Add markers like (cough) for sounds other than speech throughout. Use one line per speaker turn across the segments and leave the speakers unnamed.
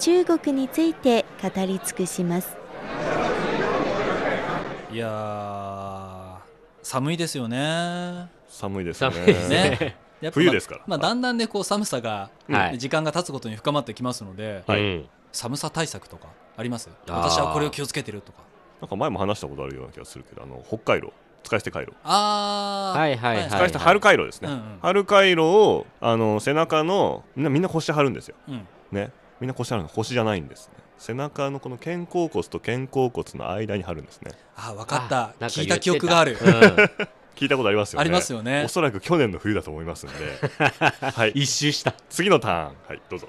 中国について語り尽くします。
いやー寒いですよね
寒いですね
寒いです
ねやっぱまあ
冬ですから
まあ、だんだんねこう寒さが、
はい
時間が経つごとに深まってきますので、
はい
うん
寒さ対策とかあります
あー
私はこれを気をつけてるとか
なんか前も話したことあるような気がするけどあの北海道使い捨て回路
あー
はいはいはい
使い捨て春回路ですね、
うんうん
春回路をあの背中のみんなみんな腰張るんですよ
うん
ねみんな腰張るの腰じゃないんですね背中のこの肩甲骨と肩甲骨の間に張るんですね
あ分かった
あなんか
聞
言ってた
いた記憶がある、
うん
聞いたことありますよね
ありますよね
おそらく去年の冬だと思いますんではい
一周した。ち
次のターンはいどうぞ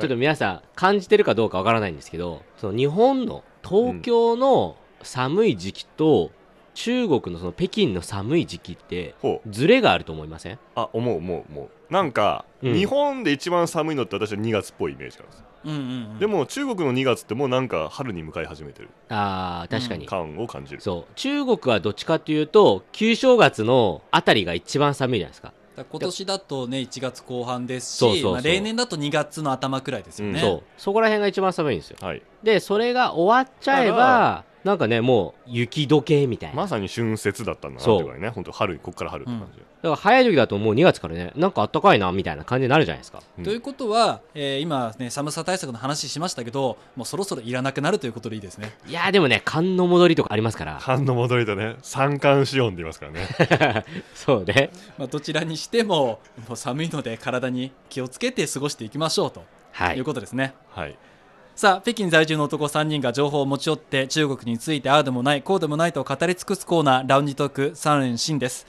ょっと皆さん、感じてるかどうかわからないんですけど、その日本の東京の寒い時期と、中国のその北京の寒い時期って、
ほう
ズレがあると思いません
あ思う思う思うなんか、
うん
日本で一番寒いのって私は2月っぽいイメージなんです、
うんうんうん、
でも中国の2月ってもうなんか春に向かい始めてる
あー、確かに。
感を感じる
そう。中国はどっちかというと、旧正月のあたりが一番寒いじゃないですか。
だから今年だとね1月後半ですし
そうそうそう
まあ、例年だと2月の頭くらいですよね、
うん
そう。そこら辺が一番寒いんですよ。
はい
で、それが終わっちゃえ
だか
ば、なんかね、もう雪解けみたいな。
まさに春節だったんだなって
そう
いうぐらいね本当春こっから春って感じ、
だから早い時だともう2月からね、なんかあったかいなみたいな感じになるじゃないですか。
うん
ということは、えー今、ね、寒さ対策の話しましたけどもうそろそろいらなくなるということでいいですね
いやーでもね、寒の戻りとかありますから。
寒の戻りとね三寒四温って言いますからね
(laughs) そうね。
まあ、どちらにしてももう寒いので体に気をつけて過ごしていきましょうと。
はいいう
ことですね、
はい
さあ北京在住の男3人が情報を持ち寄って中国についてああでもないこうでもないと語り尽くすコーナーラウンジトーク3連新です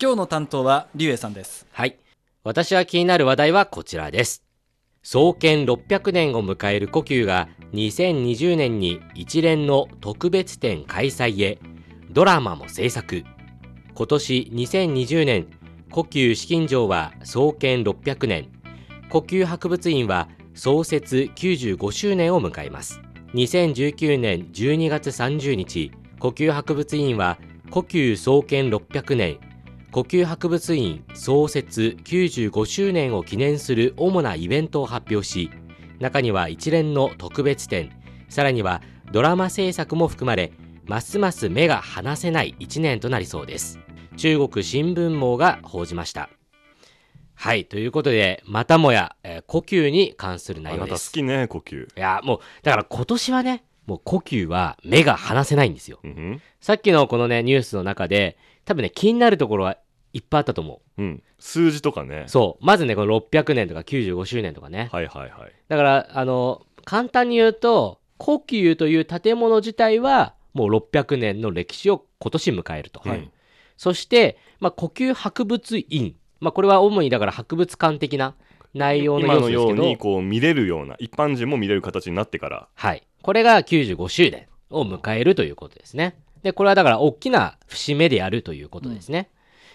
今日の担当はリュウエイさんです
はい。私は気になる話題はこちらです。創建600年を迎える故宮が2020年に一連の特別展開催へ、ドラマも制作。今年2020年、故宮紫禁城は創建600年、故宮博物院は創設95周年を迎えます。2019年12月30日、故宮博物院は故宮創建600年、故宮博物院創設95周年を記念する主なイベントを発表し、中には一連の特別展、さらにはドラマ制作も含まれ、ますます目が離せない一年となりそうです。中国新聞網が報じました。はい、ということで、またもや、えー故宮に関する
あ
内容
なた
で
好
す。
きね呼吸
いや、もう、だから今年はね、もう呼吸は目が離せないんですよ。
うん
さっきのこのね、ニュースの中で、多分ね、気になるところはいっぱいあったと思う。
うん、うん、数字とかね
そう。まずね、この600年とか95周年とかね。
はいはいはい
だから、あの、簡単に言うと、故宮という建物自体は、もう600年の歴史を今年迎えると。
はいうん
そして、まあ、呼吸博物院。まあ、これは主にだから博物館的な内容の
今
要素
の
です
よ
け
うに
ど、
こう見れるような一般人も見れる形になってから
はい。これが95周年を迎えるということですね。で、これはだから大きな節目でやるということですね。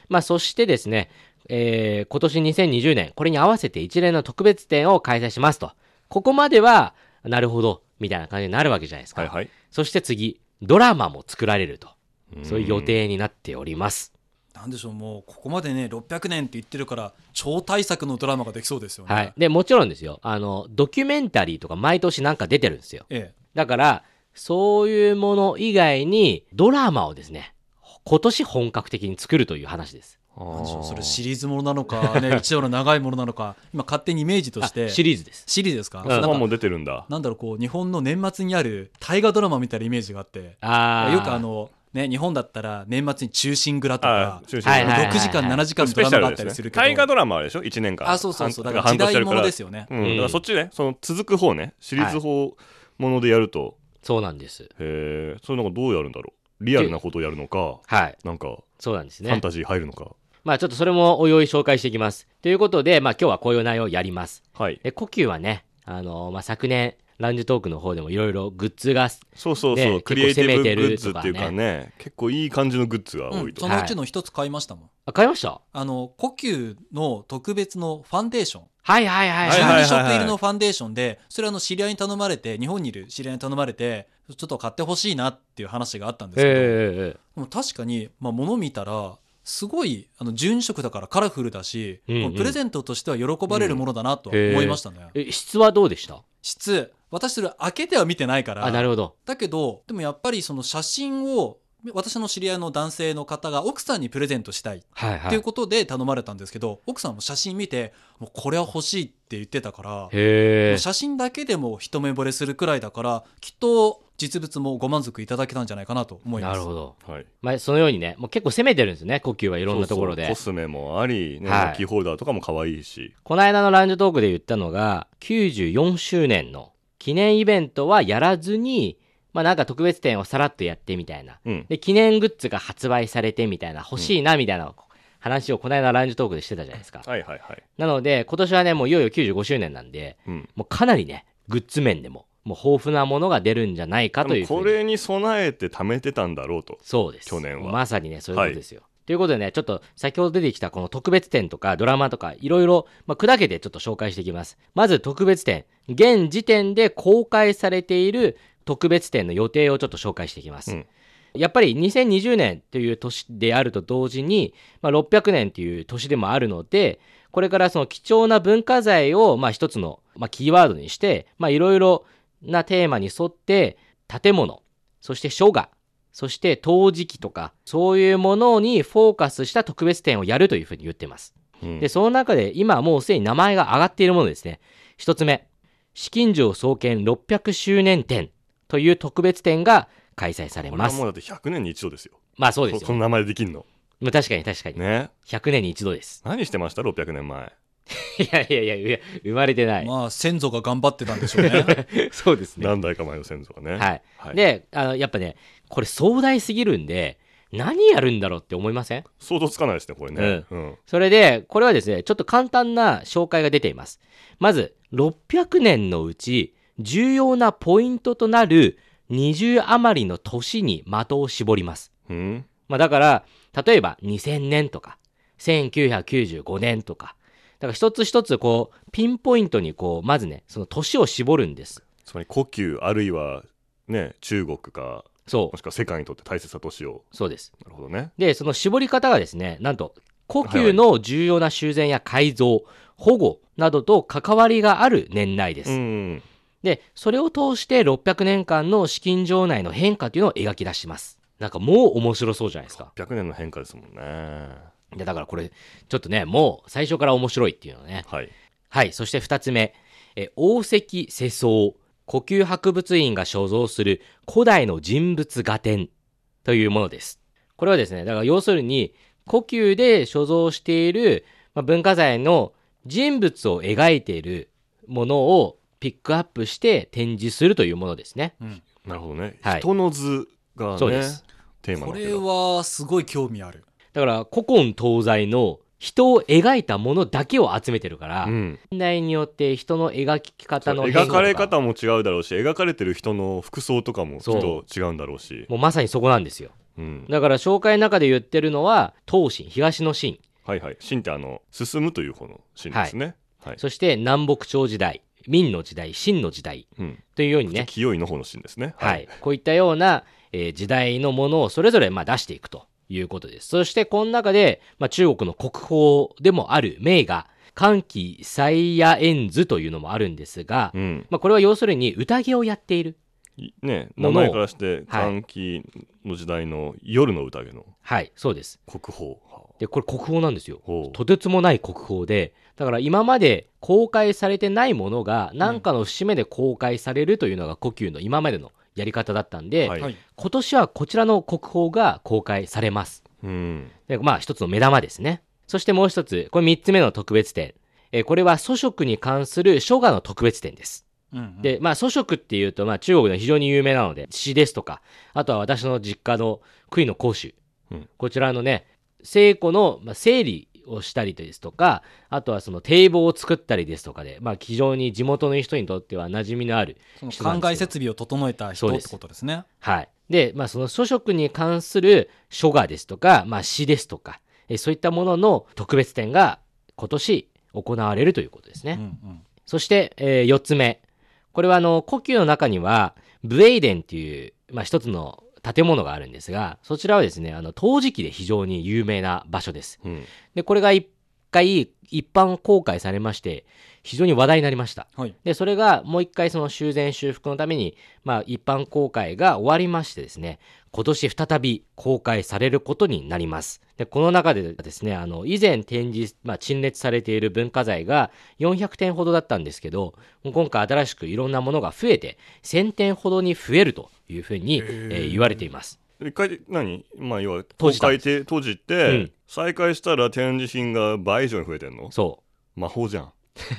まあ、そしてですね、えー今年2020年、これに合わせて一連の特別展を開催しますと。ここまでは、なるほど、みたいな感じになるわけじゃないですか。
はいはい
そして次、ドラマも作られると。そういう予定になっております。
なんでしょうもうここまでね600年って言ってるから超大作のドラマができそうですよね
はい。で、もちろんですよ。あの、ドキュメンタリーとか毎年なんか出てるんですよ。
え
だから、そういうもの以外に、ドラマをですね、今年本格的に作るという話です。
えなんでしょうそれシリーズものなのか、ね、一話の長いものなのか今勝手にイメージとし
あ
て
シリーズです。
シリーズですか,、
うん
フ
なんか
ァンも出てるんだ
なんだろうこう日本の年末にある大河ドラマみたいなイメージがあって
あー
よくあ、の、ね、日本だったら年末に「忠臣蔵」と
あ
か
中心
はいはい
6時間7時間のド
スペ
ラ
シャ
マがあ
ル
ったり
です
す
ね
るけど
大河ドラマあれでしょ1年間
あそうそうそうだ
半
か
半
ら時
年や
代
る
ものですよね
うん
うん
だからそっちねその続く方ねシリーズ方ものでやると、
そうなんです。
へえそれなんかどうやるんだろうリアルなことをやるのか
はい。
なんか
そうなんです
ファン
ね。
タジー入るのか、
まあちょっとそれもおいおい紹介していきます。ということで、まあ今日はこういう内容をやります。
はい
で、呼吸はね、あのまあ、昨年、ラウンジトークの方でもいろいろグッズが
そうそうそう、
ね
クリエイティ
結構攻め
ブ
て
グッ
る
ズっていう
とか
かね結構いい感じのグッズが
う
多
ん
い、と
そ
思う、
のうちの一つ買いましたもん、
あ買いました
あの呼吸の特別のファンデーション
はいはいはいはい、
はいはい
12色入りのファンデーションでそれあの知り合いに頼まれて日本にいる知り合いに頼まれてちょっと買ってほしいなっていう話があったんですけど、
ええ
でも確かに、まあ、物見たらすごいあの12色だからカラフルだし、
うんうん
こうプレゼントとしては喜ばれるものだなとは
うんへえ
思いましたね、
えええ質はどうでした
質私それ開けては見てないから
あなるほど
だけどでもやっぱりその写真を私の知り合いの男性の方が奥さんにプレゼントしたい
はい
っ
は
ていう
い
ことで頼まれたんですけど、奥さんも写真見てもうこれは欲しいって言ってたから
へえ
写真だけでも一目惚れするくらいだからきっと実物もご満足いただけたんじゃないかなと思います
なるほど、
はい、
まあ、そのようにねもう結構攻めてるんですね呼吸はいろんなところで
そうそうコスメもあり、ね
はい
キーホルダーとかも可愛いし
この間のラウンジトークで言ったのが94周年の記念イベントはやらずにまあなんか特別展をさらっとやってみたいな
うん
で記念グッズが発売されてみたいな欲しいなみたいな話をこの間ラウンジトークでしてたじゃないですか、
はいはいはい、
なので今年はねもういよいよ95周年なんで
うん、
もうかなりねグッズ面でももう豊富なものが出るんじゃないかとい
でも
うふうに
これに備えて貯めてたんだろうと
そうです
去年は
まさにねそういうことですよ、ということでねちょっと先ほど出てきたこの特別展とかドラマとかいろいろまあ砕けてちょっと紹介していきますまず特別展現時点で公開されている特別展の予定をちょっと紹介していきます、
うん
やっぱり2020年という年であると同時に、まあ、600年という年でもあるのでこれからその貴重な文化財をまあ一つの、まあ、キーワードにしてまあいろいろなテーマに沿って建物そして書画そして陶磁器とかそういうものにフォーカスした特別展をやるというふうに言ってます。
うん
でその中で今もうすでに名前が上がっているものですね一つ目紫禁城創建600周年展という特別展が開催され
これ
ま
は
す
もうだって100年に一度ですよ
まあそうです
ここ
よ
の名前でできんの
まあ確かに確かに
ね
100年に一度です
何してました600年前
(laughs) いやいやいやいや生まれてない、
まあ先祖が頑張ってたんでしょうね
(laughs) そうですね
何代か前の先祖がね
はい、
はい
であのやっぱねこれ壮大すぎるんで何やるんだろうって思いません
想像つかないですねこれね、うん
それで、これはですね、ちょっと簡単な紹介が出ています。まず、600年のうち、重要なポイントとなる20余りの年に的を絞ります。
うん
まあだから、例えば2000年とか、1995年とか、だから一つ一つこう、ピンポイントにこう、まずね、その年を絞るんです。
つまり故宮あるいはね中国か
そ
もしくは世界にとって大切な都市を
う、そうです。
なるほどね
で、その絞り方がですね、なんと、故宮の重要な修繕や改造、保護などと関わりがある年内です。
うん
で、それを通して600年間の資金場内の変化というのを描き出します。なんかもう面白そうじゃないですか。
100年の変化ですもんね
で、だからこれ、ちょっとね、もう最初から面白いっていうのね。
はい
はい、そして2つ目。え、王石世相。呼吸博物院が所蔵する古代の人物画展というものです。これはですね、だから要するに、呼吸で所蔵している、まあ、文化財の人物を描いているものをピックアップして展示するというものですね。
なるほどね、
はい
人の図がね
そうです
テーマな
こ
わけだ
れはすごい興味ある
だから古今東西の人を描いたものだけを集めてるから、
うん、
年代によって人の描き方の変化
描
と
かれ方も違うだろうし描かれてる人の服装とかもきっと違うんだろうし
もうまさにそこなんですよ
うん、
だから紹介の中で言ってるのは東進東の進
はいはい秦ってあの進むという方の秦ですねはい、
そして南北朝時代明の時代清の時代
うん
というようにね
清いの方の秦ですね
はい、こういったような、えー時代のものをそれぞれまあ出していくということです。そしてこの中で、まあ、中国の国宝でもある名画「歓喜最夜演図」というのもあるんですが、
うん
まあ、これは要するに宴をやっている、
いね名
ものを
前からして換気の時代の夜の宴の
はい、そうです。
国宝
でこれ国宝なんですよ。
ほう
とてつもない国宝でだから今まで公開されてないものが何かの節目で公開されるというのが故宮の今までのやり方だったんで、
はい
はい
今年はこちらの国宝が公開されます。
うん
でまあ一つの目玉ですね。そしてもう一つ、これ三つ目の特別展。えーこれは祖食に関する書画の特別展です。
うんうん
で、まあ祖食っていうと、まあ中国で非常に有名なので、詩ですとか、あとは私の実家の杭の講習。
うん
こちらのね、聖子の、まあ、生理をしたりですとかあとはその堤防を作ったりですとかで、まあ、非常に地元の人にとっては馴染みのある
その灌漑設備を整えた人ってことですね。
はい。で、まあ、その諸職に関する書画ですとか、まあ、詩ですとか、えーそういったものの特別展が今年行われるということですね。
うんうん
そして、え4つ目。これは、あの、故宮の中には、ブエイデンっていう、まあ、一つの建物があるんですが、そちらはですね、あの、陶磁器で非常に有名な場所です。
うん、
で、これが一回、一般公開されまして、非常に話題になりました。
はい。
で、それがもう一回その修繕修復のために、まあ一般公開が終わりましてですね、今年再び公開されることになります。で、この中でですね、あの、以前展示、まあ陳列されている文化財が400点ほどだったんですけど、もう今回新しくいろんなものが増えて、1000点ほどに増えるというふうに、えー言われています。
一回何まあ要は
閉じた
公開て閉じて、
うん
再開したら展示品が倍以上に増えてんの
そ
魔法じゃん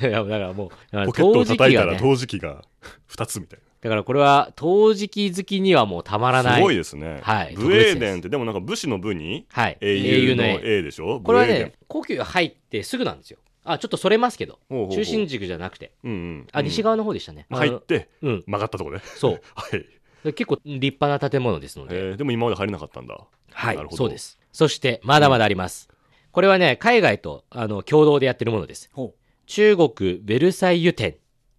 う。 (laughs) いやだからもう、あの
ポケットを叩いた
陶
ら
ね
陶磁器が (laughs) 2つみたい
だからこれは陶磁器好きにはもうたまら
な
ない。
すごいですね、
はい
ブエーデンってでもなんか武士の部に
はい。
英雄の
英
A でしょ
これは
ブエーデ
ね、故宮入ってすぐなんですよ。あ、ちょっとそれますけど、
ンほうほうほう
中心軸じゃなくて、
うんうん
あ、西側の方でしたね。
うん
あ
入
の
って
うん、
曲がったとこで
そう。
(laughs) はい、
で結構立派な建物ですので、
えーでも今まで入れなかったんだ
はい
なる、ほど
そうです。そして、まだまだあります。これはね、海外とあの共同でやってるものです。
ほ
中国ベルサイユ展っ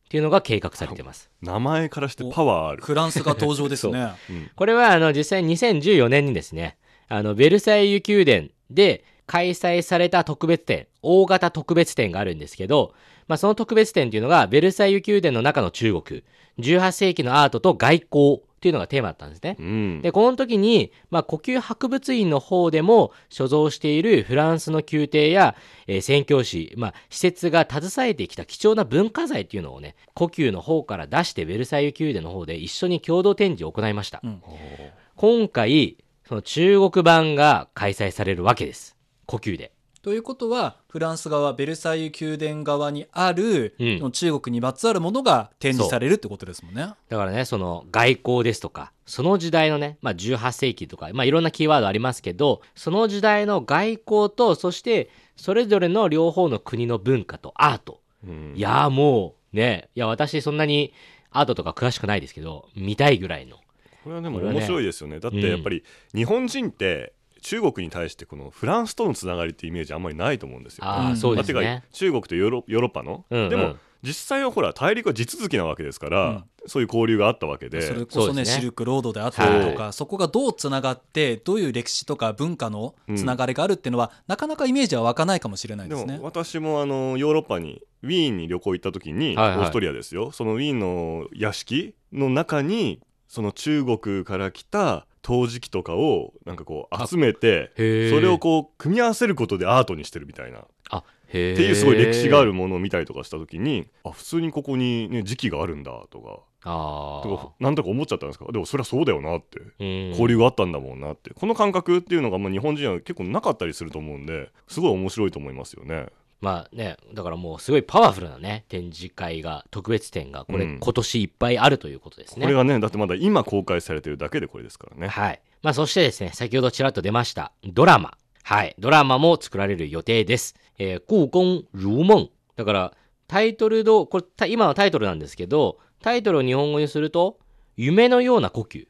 ていうのが計画されてます。
名前からしてパワーあ
う。
る
フランスが登場です
(laughs)
ね。
うん
これはあの実際2014年にですね、あのベルサイユ宮殿で開催された特別展、大型特別展があるんですけど、まあ、その特別展というのがベルサイユ宮殿の中の中国、18世紀のアートと外交というのがテーマだったんですね。
うん
で、この時に、まあ、呼吸博物院の方でも所蔵しているフランスの宮廷や、えー宣教師、まあ、施設が携えてきた貴重な文化財っていうのをね、呼吸の方から出してベルサイユ宮殿の方で一緒に共同展示を行いました。
うん
おー
今回、その中国版が開催されるわけです。呼吸で。
ということはフランス側ベルサイユ宮殿側にある、
うん
その中国にまつわるものが展示されるってことですもんね。
だからね、その外交ですとか、その時代のね、まあ18世紀とか、まあいろんなキーワードありますけど、その時代の外交と、そしてそれぞれの両方の国の文化とアート。
うん
いやーもうね、いや私そんなにアートとか詳しくないですけど、見たいぐらいの。
これはでも
これはね
面白いですよねだっ
うん
てやっぱり日本人って中国に対してこのフランスとのつながりってイメージあんまりないと思うんですよ。
あ
う
あ、
ん
そう
ま
で
あ、て
す
か
ね。
中国とヨーロヨーロッパの、
うんうん
でも実際はほら大陸は地続きなわけですから、
うん
そういう交流があったわけで
それこそ
そうで
ね
すね
シルクロードであったりとか、そこがどうつながってどういう歴史とか文化のつながりがあるっていうのは、なかなかイメージは湧かないかもしれない
で
ですね
も。私もあのヨーロッパにウィーンに旅行行った時に、
はいはい
オーストリアですよそのウィーンの屋敷の中にその中国から来た陶磁器とかをなんかこう集めて
そ
それをこう組み合わせることでアートにしてるみたいな
う、あ、へえ。
っていうすごい歴史がある。ものを見たりとかした時にあ普通にここに、ね、時期があるんだとか
あ
とか
あ。
なんとか思っちゃったんですかでもそりゃそうだよなって
交
交流があったんだもんなって、この感覚っていうのがまあ日本人は結構なかったりすると思うんですごい面白いと思いますよね。
まあね、だからもうすごいパワフルなね、展示会が、特別展が、これ、
うん
今年いっぱいあるということです
こ
ね。
れがねだってまだ今公開されてるだけでこれですからね。
はい。まあそしてですね、先ほどちらっと出ました、ドラマ。はい。ドラマも作られる予定です。えー、故宮如夢。だから、タイトルど、これ、た今のタイトルなんですけど、タイトルを日本語にすると、夢のような呼吸。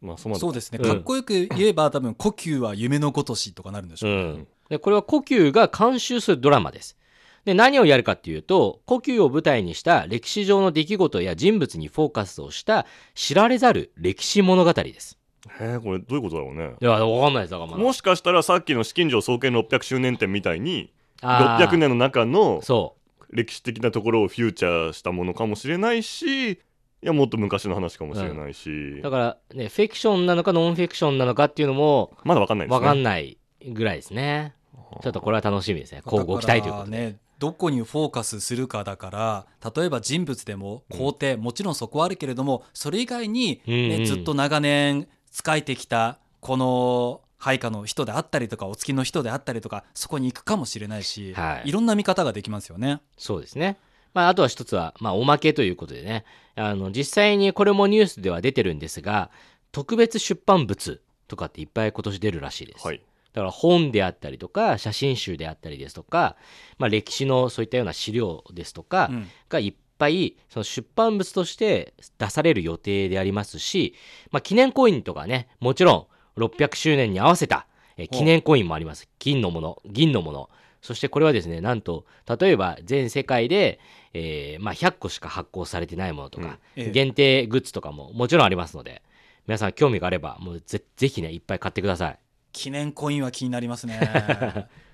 まあそま
そうですね、
うん
かっこよく言えば多分呼吸は夢のごとしとかなるんでしょ
う
う、
ん、でこれは呼吸が監修するドラマです。で何をやるかっていうと呼吸を舞台にした歴史上の出来事や人物にフォーカスをした知られざる歴史物語です。
えーこれどういうことだろうね。
いやわかんないですだからまだ
もしかしたらさっきの紫禁城創建600周年展みたいに
あー
600年の中の
そ
歴史的なところをフューチャーしたものかもしれないしいやもっと昔の話かもしれないし、
うだからねフィクションなのかノンフィクションなのかっていうのも
まだわかんないです
わ
ね。
かんないぐらいですね。ちょっとこれは楽しみですね。交互期待ということで。
だからねどこにフォーカスするかだから例えば人物でも皇帝、もちろんそこはあるけれどもそれ以外に、ね
うんうん
ずっと長年仕えてきたこの配下の人であったりとかお付きの人であったりとかそこに行くかもしれないし、
はい
ろんな見方ができますよね。
そうですね。まあ、あとは一つは、まあ、おまけということでね、あの、実際にこれもニュースでは出てるんですが、特別出版物とかっていっぱい今年出るらしいです。
はい
だから本であったりとか写真集であったりですとか、まあ、歴史のそういったような資料ですとか
うん
がいっぱいその出版物として出される予定でありますし、まあ、記念コインとかねもちろん600周年に合わせたえー記念コインもあります金のもの銀のものそしてこれはですねなんと例えば全世界で、えーまあ、100個しか発行されてないものとか、
うん
ええ
限定グッズとかももちろんありますので皆さん興味があればもうぜぜひねいっぱい買ってください。
記念コインは気になりますね
(laughs)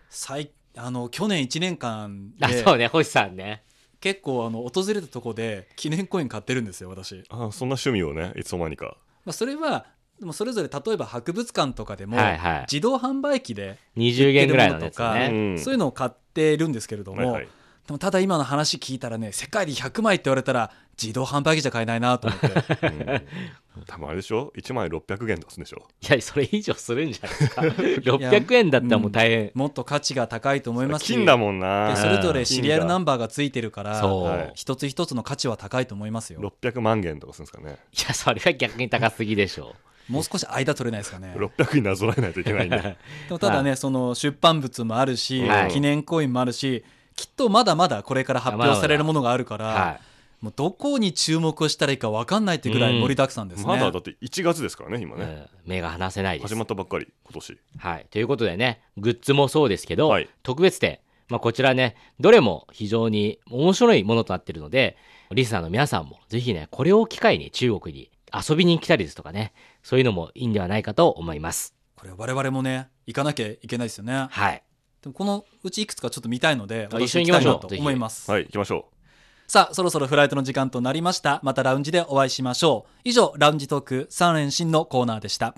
最あの去年1年間
あ
で
そうね星さんね。
結構あの訪れたとこで記念コイン買ってるんですよ私、
あーそんな趣味をねいつの間にか
まあ、それはでもそれぞれ例えば博物館とかでも、
はいはい
自動販売機で
20元ぐらいの
売ってるもの
や
とか、
う
つね。
ん
そういうのを買ってるんですけれども、
はいはい
でもただ今の話聞いたらね世界で100枚って言われたら自動販売機じゃ買えないなと思って
(laughs)
うん多分あれでしょ1枚600円出すんでしょ
いや、それ以上するんじゃないですか。600
(laughs)
円だったらもう大変。
もっと価値が高いと思いますし
金だもんな
でそれぞれシリアルナ
ン
ンバーがついてるから
そう。
はい
い、
一つ一つの価値は高いと思いますよ
600万円とかするんですかね
や、それは逆に高すぎでしょ
もう少し間取れないですかね
600になぞらえないといけ
(laughs)
ないんで
でもただねその出版物もあるし、
はい
記念コインもあるしきっとまだまだこれから発表されるものがあるから、
う。は
もうどこに注目をしたらいいか分かんないってぐらい盛りだくさんですね、
まだだって1月ですからね今
い、う
ね、
ん。目が離せないです
始ま。ったばっかり今年
はい。ということでね、グッズもそうですけど、
はい
特別展、まあ、こちらね、どれも非常に面白いものとなっているので、リスナーの皆さんもぜひね、これを機会に中国に遊びに来たりですとかね、そういうのもいいんではないかと思います。
これ我々もね行かなきゃいけないですよね
はい。
でもこのうちいくつかちょっと見たいので
あ
私
一緒に行きましょう
行きたいなと思います、
はい行きましょ
さあそろそろフライトの時間となりましたまたラウンジでお会いしましょう以上ラウンジトーク3連新のコーナーでした